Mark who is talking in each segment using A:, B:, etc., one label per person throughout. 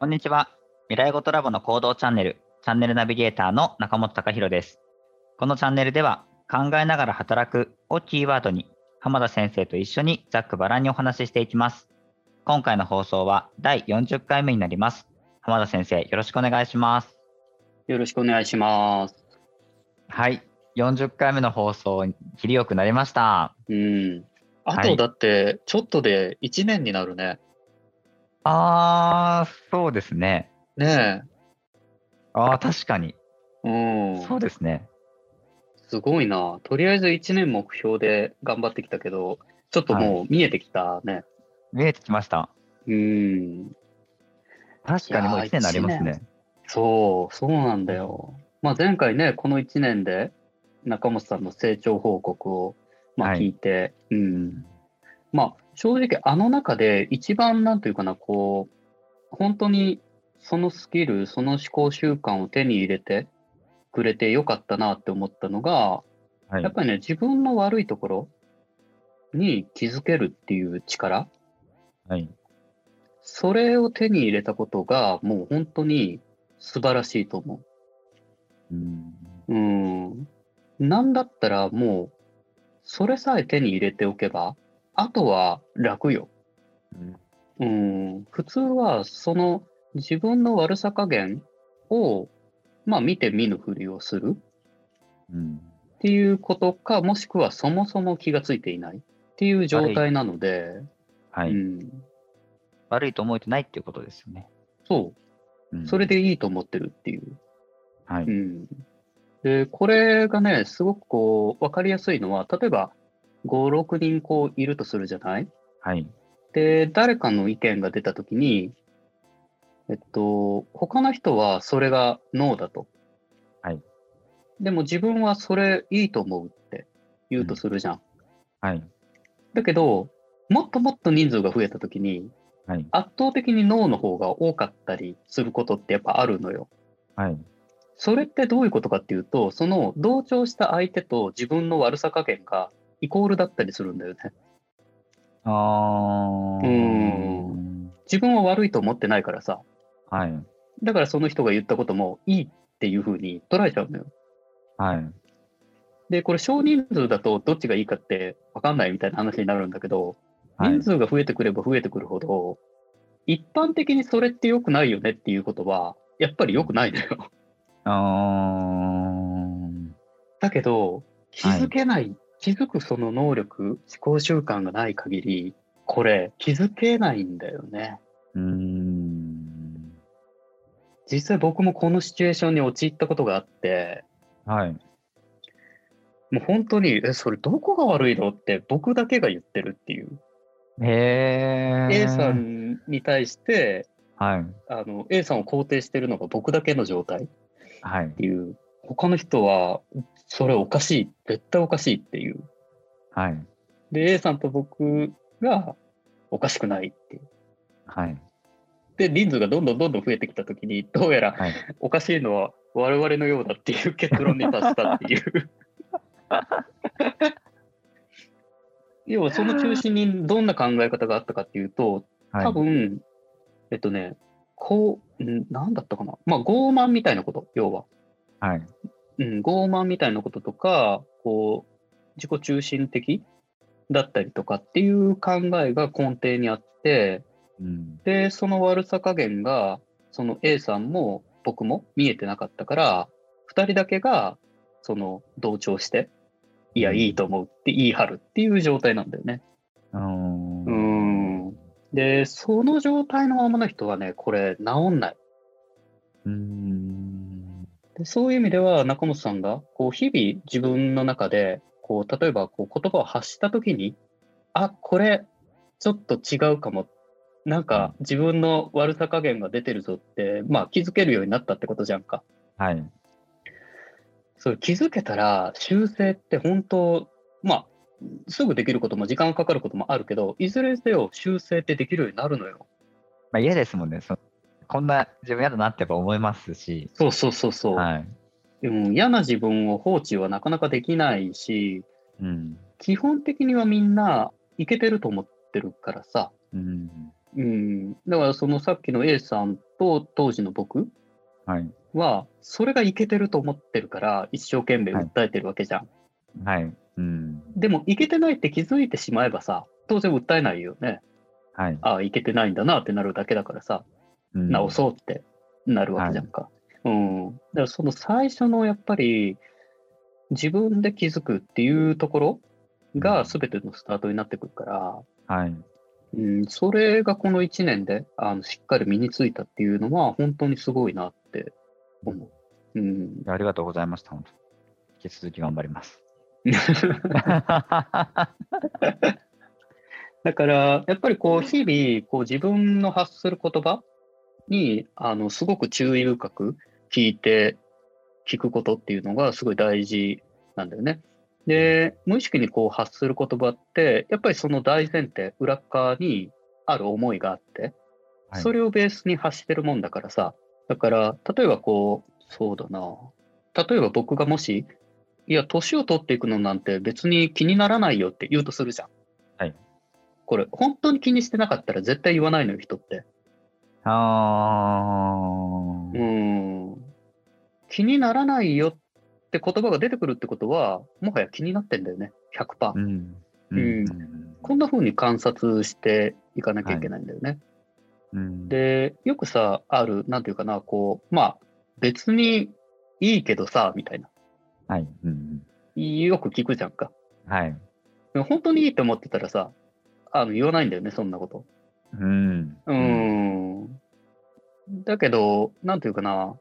A: こんにちは。未来ごとラボの行動チャンネル、チャンネルナビゲーターの中本隆弘です。このチャンネルでは、考えながら働くをキーワードに、浜田先生と一緒にざっくばらんにお話ししていきます。今回の放送は第40回目になります。浜田先生、よろしくお願いします。
B: よろしくお願いします。
A: はい。40回目の放送、切りよくなりました。
B: うん。あ
A: はい
B: とだって、ちょっとで1年になるね。
A: あー、そうですね。
B: ね
A: あー、確かに。
B: え。うん。
A: そうですね。
B: すごいな。とりあえず1年目標で頑張ってきたけど、ちょっともう見えてきたね。
A: 見えてきました。
B: うん。
A: 確かにもう1
B: いやー
A: 年になります
B: 一
A: ね。
B: そう、そうなんだよ。まあ、前回ね、この1年で中本さんの成長報告を、まあ、
A: はい
B: 聞いて、うん。まあ、正直あの中で一番なんていうかな、こう、本当にそのスキル、その思考習慣を手に入れてくれてよかったなって思ったのが、
A: はい
B: やっ。ぱりね、自分の悪いところに気づけるっていう力。
A: はい。
B: それを手に入れたことが、もう本当に素晴らしいと思
A: う
B: う。
A: ん
B: うん。なんだったらもう、それさえ手に入れておけば、あとは楽よ。うん。普通は、その自分の悪さ加減を、まあ見て見ぬふりをする
A: うん
B: っていうことか、もしくはそもそも気がついていないっていう状態なので、
A: は
B: う
A: い。
B: ん。
A: 悪いと思えてないっていうことですよね。
B: そうう。
A: ん
B: それ、でいいと思ってるっていう。。
A: はいう
B: ん、でこれがね、すごくこう分かりやすいのは、例えば5、6人こういるとするじゃない
A: はい。
B: で、誰かの意見が出たときに、えっと、他の人はそれがノーだと。
A: はい
B: でも自分はそれいいと思うって言うとするじゃん。
A: はい。
B: だけど、もっともっと人数が増えたときに、
A: はい。
B: 圧倒的にノーの方が多かったりすることってやっぱあるのよ。
A: はい。
B: それってどういうことかっていうと、その同調した相手と自分の悪さ加減がイコールだったりするんだよね。
A: あー。
B: うん自分は悪いと思ってないからさ、
A: はい。
B: だからその人が言ったこともいいっていうふうに捉えちゃうのよ。
A: はい。
B: で、これ少人数だとどっちがいいかって分かんないみたいな話になるんだけど、
A: はい
B: 人。数が増えてくれば増えてくるほど、一般的にそれって良くないよねっていうことは、やっぱり良くないのよ。
A: あー。
B: だけど、気づけない、気づくその能力、思考習慣がない限り、これ、気づけないんだよね。
A: うーん。
B: 実際僕もこのシチュエーションに陥ったことがあって、
A: はい。
B: もう本当に、え、それどこが悪いのって僕だけが言ってるっていう。
A: へー。
B: A さ。んに対して、
A: はい。
B: あの、A さんを肯定してるのが僕だけの状態っ
A: はい。
B: ていう。他の人は、それおかしい、絶対おかしいっていう。
A: はい。
B: で、A さんと僕が、おかしくないっていう。
A: はい。
B: で、人数がどんどんどんどん増えてきたときに、どうやら
A: はい。
B: おかしいのは我々のようだっていう結論に達したっ ていう。要はその中心にどんな考え方があったかっていうと、
A: はい。
B: 多分、えっとね、こうん、なんだったかな。まあ、傲慢みたいなこと、要は。
A: はい。
B: うん、傲慢みたいなこととか、こう、自己中心的だったりとかっていう考えが根底にあって、
A: うん。
B: で、その悪さ加減が、その A さんも僕も見えてなかったから、2人だけが、その同調して、いや、
A: うん
B: いいと思うって言い張るっていう状態なんだよね。
A: あー
B: うーん。で、その状態のままの人はね、これ、治んない。
A: うーん。
B: でそういう意味では、中本さんが、こう、日々自分の中で、こう、例えば、こう、言葉を発したときに、あ、これ、ちょっと違うかも。なんか、自分の悪さ加減が出てるぞって、まあ、気づけるようになったってことじゃんか。
A: はい。
B: それ気づけたら、修正って本当、まあ、すぐできることも時間がかかることもあるけど、いずれにせよ修正ってできるようになるのよ。
A: まあ嫌ですもんね。そこんな自分嫌だなってやっぱ思いますし。
B: そうそうそうそう。
A: はい。
B: でも嫌な自分を放置はなかなかできないし、
A: うん。
B: 基本的にはみんなイケてると思ってるからさ。
A: うん。
B: うん。だからそのさっきの A さんと当時の僕
A: はい。
B: は、それがイケてると思ってるから、一生懸命訴えてるわけじゃん。
A: はい。うん。
B: でも、イケてないって気づいてしまえばさ、当然訴えないよね。
A: はい。
B: ああ、いけてないんだなってなるだけだからさ、
A: うん
B: 直そうってなるわけじゃんか。うん。だからその最初のやっぱり、自分で気づくっていうところが全てのスタートになってくるから、
A: はい。
B: うん、それがこの1年であのしっかり身についたっていうのは本当にすごいなって思う。 うん、
A: ありがとうございました。本当引き続き頑張ります。
B: だから、やっぱりこう、日々、こう、自分の発する言葉に、あの、すごく注意深く聞いて、聞くことっていうのがすごい大事なんだよね。で、無意識にこう発する言葉って、やっぱりその大前提、裏っ側にある思いがあって、
A: はい
B: それをベースに発してるもんだからさ、だから、例えばこう、そうだな、例えば僕がもし、いや、年を取っていくのなんて別に気にならないよって言うとするじゃん。
A: はい。
B: これ、本当に気にしてなかったら絶対言わないのよ、人って。
A: あ
B: う
A: ー
B: ーん。気にならないよって言葉が出てくるってことは、もはや気になってんだよね、100%。
A: うん。う
B: こんな風に観察していかなきゃいけないんだよね。
A: うん、
B: で、よくさ、ある、なんていうかな、こう、まあ、別にいいけどさ、みたいな。
A: はい。うん。
B: よく聞くじゃんか。
A: はい。
B: でも本当にいいと思ってたらさ、あの言わないんだよね、そんなこと。
A: うん。
B: うーん。だけど、なんていうかな、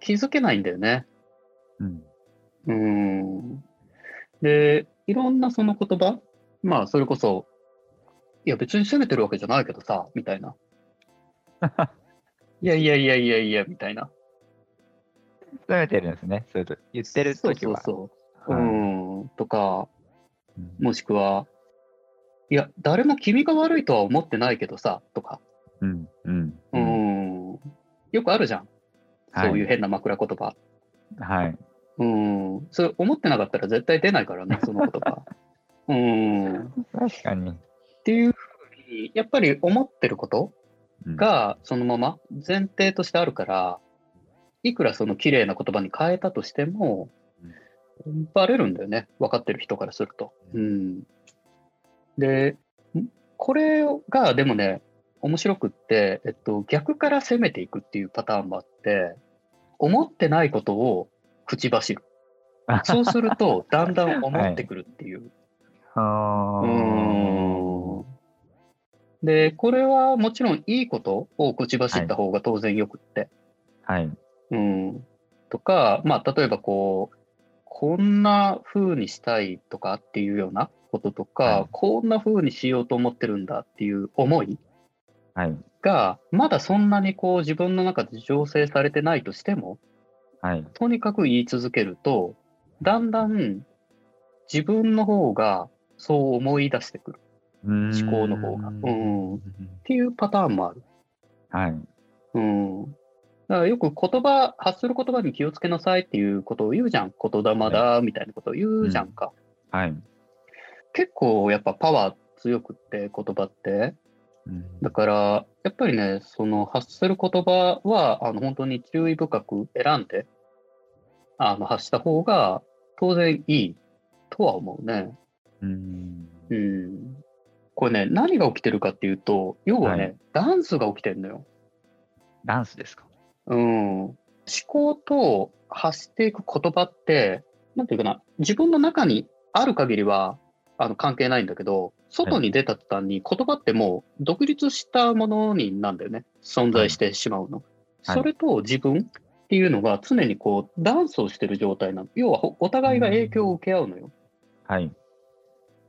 B: 気づけないんだよね。
A: うん。
B: うーん。で、いろんなその言葉、まあ、それこそ、いや、別に責めてるわけじゃないけどさ、みたいな。いやいやいやいやいや、みたいな。
A: 詰めてるんですね。そういうと言ってる
B: そう
A: 時
B: そう
A: は。
B: そう。う
A: はい
B: ーん。とか、
A: うん
B: もしくは、いや、誰も君が悪いとは思ってないけどさ、とか。
A: うん。うん。
B: うーん。よくあるじゃん。
A: はい
B: そういう変な枕言葉。
A: はい。
B: うん、それ思ってなかったら絶対出ないからね、その言 葉。うん、っ
A: 確かに。
B: ていうふうに、やっぱり思ってること
A: うん、
B: がそのまま前提としてあるから、いくらその綺麗な言葉に変えたとしても、バレるんだよね、分かってる人からすると。うん、で、んこれがでもね、面白くって、えっと、逆から攻めていくっていうパターンもあって、思ってないことを口走る。そうすると、だんだん思ってくるっていう。
A: あ
B: う
A: ー
B: ーんで、これはもちろんいいことを口走った方が当然よくって。
A: はい。
B: うん。とか、まあ、例えばこう、こんな風にしたいとかっていうようなこととか、
A: はい
B: こんな風にしようと思ってるんだっていう思い
A: はい。
B: が、まだそんなにこう自分の中で醸成されてないとしても、
A: はい。
B: とにかく言い続けると、だんだん自分の方がそう思い出してくる
A: 思
B: 思考の方が。うん。っ
A: ん。
B: ていうパターンもある。
A: はい。
B: うん。だからよく言葉、発する言葉に気をつけなさいっていうことを言うじゃん。言霊だみたいなことを言うじゃんか。
A: はい。
B: 結構やっぱパワー強くって言葉って。
A: うん
B: だから、やっぱりね、その発する言葉は、あの、本当に注意深く選んで、あの、発した方が、当然いいとは思うね。
A: うん。
B: うん。これね、何が起きてるかっていうと、要はね、
A: はい
B: ダンスが起きてるのよ。
A: ダンスですか
B: うん。思考と発していく言葉って、なんていうかな、自分の中にある限りは、あの、関係ないんだけど、外に出た途端に言葉ってもう独立したものになんだよね。存在してしまうの。
A: はい
B: それと自分っていうのが常にこう、ダンスをしてる状態なの。要はおお互いが影響を受け合うのよ。
A: はい。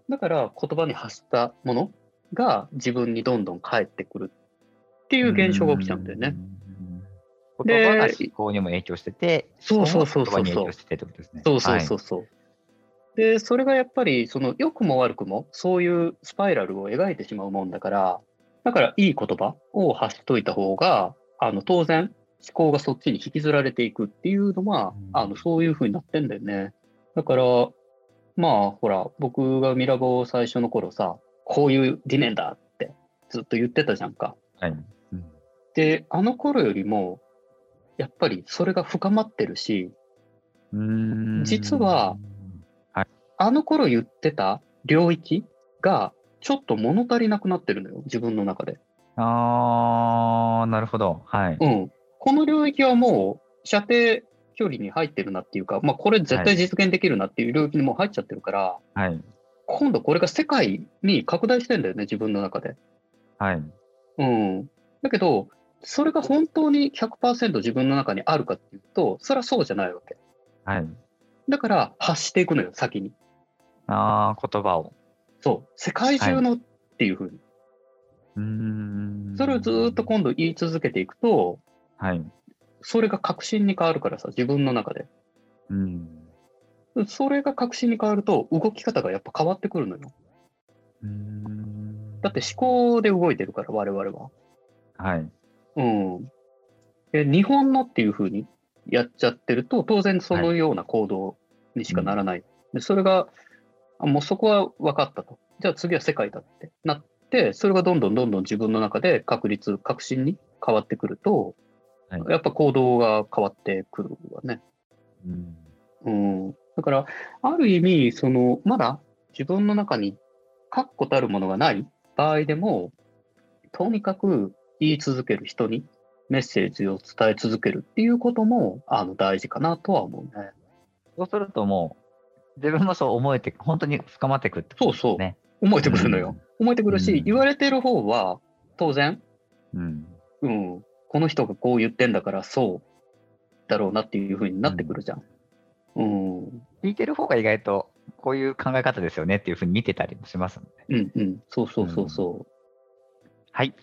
B: だから言葉に発したものが自分にどんどん返ってくるっていう現象が起きちゃうんだよね。
A: うん。
B: で
A: 言葉が思考にも影響してて、
B: そうそうそう
A: 思考
B: そうそ
A: が言
B: う
A: 葉に影響しててってことですね。
B: そうそうそうそう。で、それがやっぱりその良くも悪くもそういうスパイラルを描いてしまうもんだから、だからいい言葉を発しといた方が、あの当然思考がそっちに引きずられていくっていうのは、
A: うん
B: あのそういう風になってんだよね。だから、まあほら、僕がミラボを最初の頃さ、こういう理念だってずっと言ってたじゃんか。
A: はい。うん
B: で、あの頃よりも、やっぱりそれが深まってるし、
A: うーん
B: 実は、あの頃言ってた領域がちょっと物足りなくなってるのよ、自分の中で。
A: あー、なるほど。はい。
B: うん、この領域はもう射程距離に入ってるなっていうか、まあ、これ絶対実現できるなっていう領域にもう入っちゃってるから、
A: はい。
B: 今度これが世界に拡大してんだよね、自分の中で。
A: はい。
B: うん、だけど、それが本当に100%自分の中にあるかっていうと、それはそうじゃないわけ。
A: はい。
B: だから発していくのよ、先に。
A: あー、言葉を。
B: そう、世界中のっていうふうに。
A: うーん。
B: それをずーっと今度言い続けていくと、
A: はい。
B: それが確信に変わるからさ、自分の中で。
A: うん。
B: それが確信に変わると、動き方がやっぱ変わってくるのよ。
A: うーん
B: だって思考で動いてるから、我々は。
A: はい。
B: うん。え、日本のっていう風にやっちゃってると、当然そのような行動にしかならない。でそれが、あもうそこは分かったと。じゃあ次は世界だってなって、それがどんどんどんどん自分の中で確率、確信に変わってくると、
A: はい
B: やっぱ行動が変わってくるわね。
A: うん。
B: うん、だから、ある意味、その、まだ自分の中に確固たるものがない場合でも、とにかく言い続ける人にメッセージを伝え続けるっていうことも、あの、大事かなとは思うね。
A: そうするともう、自分もそう思えて、本当に深まってくってことですね。
B: 思えてくるのよ。思えてくるし、
A: うん
B: 言われてる方は、当然、
A: うん。
B: うん、この人がこう言ってんだから、そうだろうなっていうふうになってくるじゃん。うん、うん、
A: 聞いてる方が意外と、こういう考え方ですよねっていうふうに見てたりもしますので。
B: うん、そうそうそうそう。
A: はい。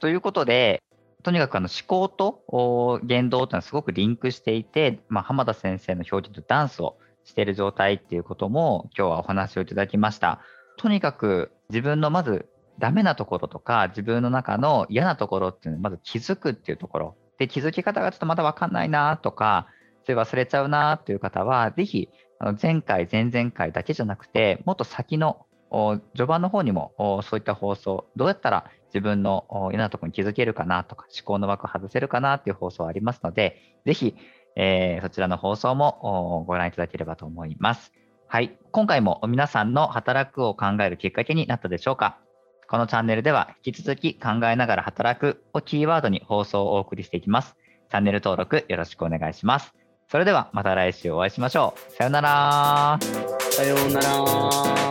A: ということで、とにかくあの思考とおー言動というのはすごくリンクしていて、まあ、浜田先生の表現とダンスをしている状態っていうことも今日はお話をいただきました。とにかく自分のまずダメなところとか自分の中の嫌なところっていうのにまず気づくっていうところで気づき方がちょっとまだ分かんないなとかそれ忘れちゃうなっていう方はぜひあの前回前々回だけじゃなくてもっと先のお序盤の方にもおそういった放送どうやったら自分のお嫌なところに気づけるかなとか思考の枠外せるかなっていう放送ありますのでぜひ、えーそちらの放送もおご覧いただければと思います。はい。今回も皆さんの働くを考えるきっかけになったでしょうかこのチャンネルでは引き続き考えながら働くをキーワードに放送をお送りしていきます。チャンネル登録よろしくお願いします。それではまた来週お会いしましょう。さようなら。
B: さようなら。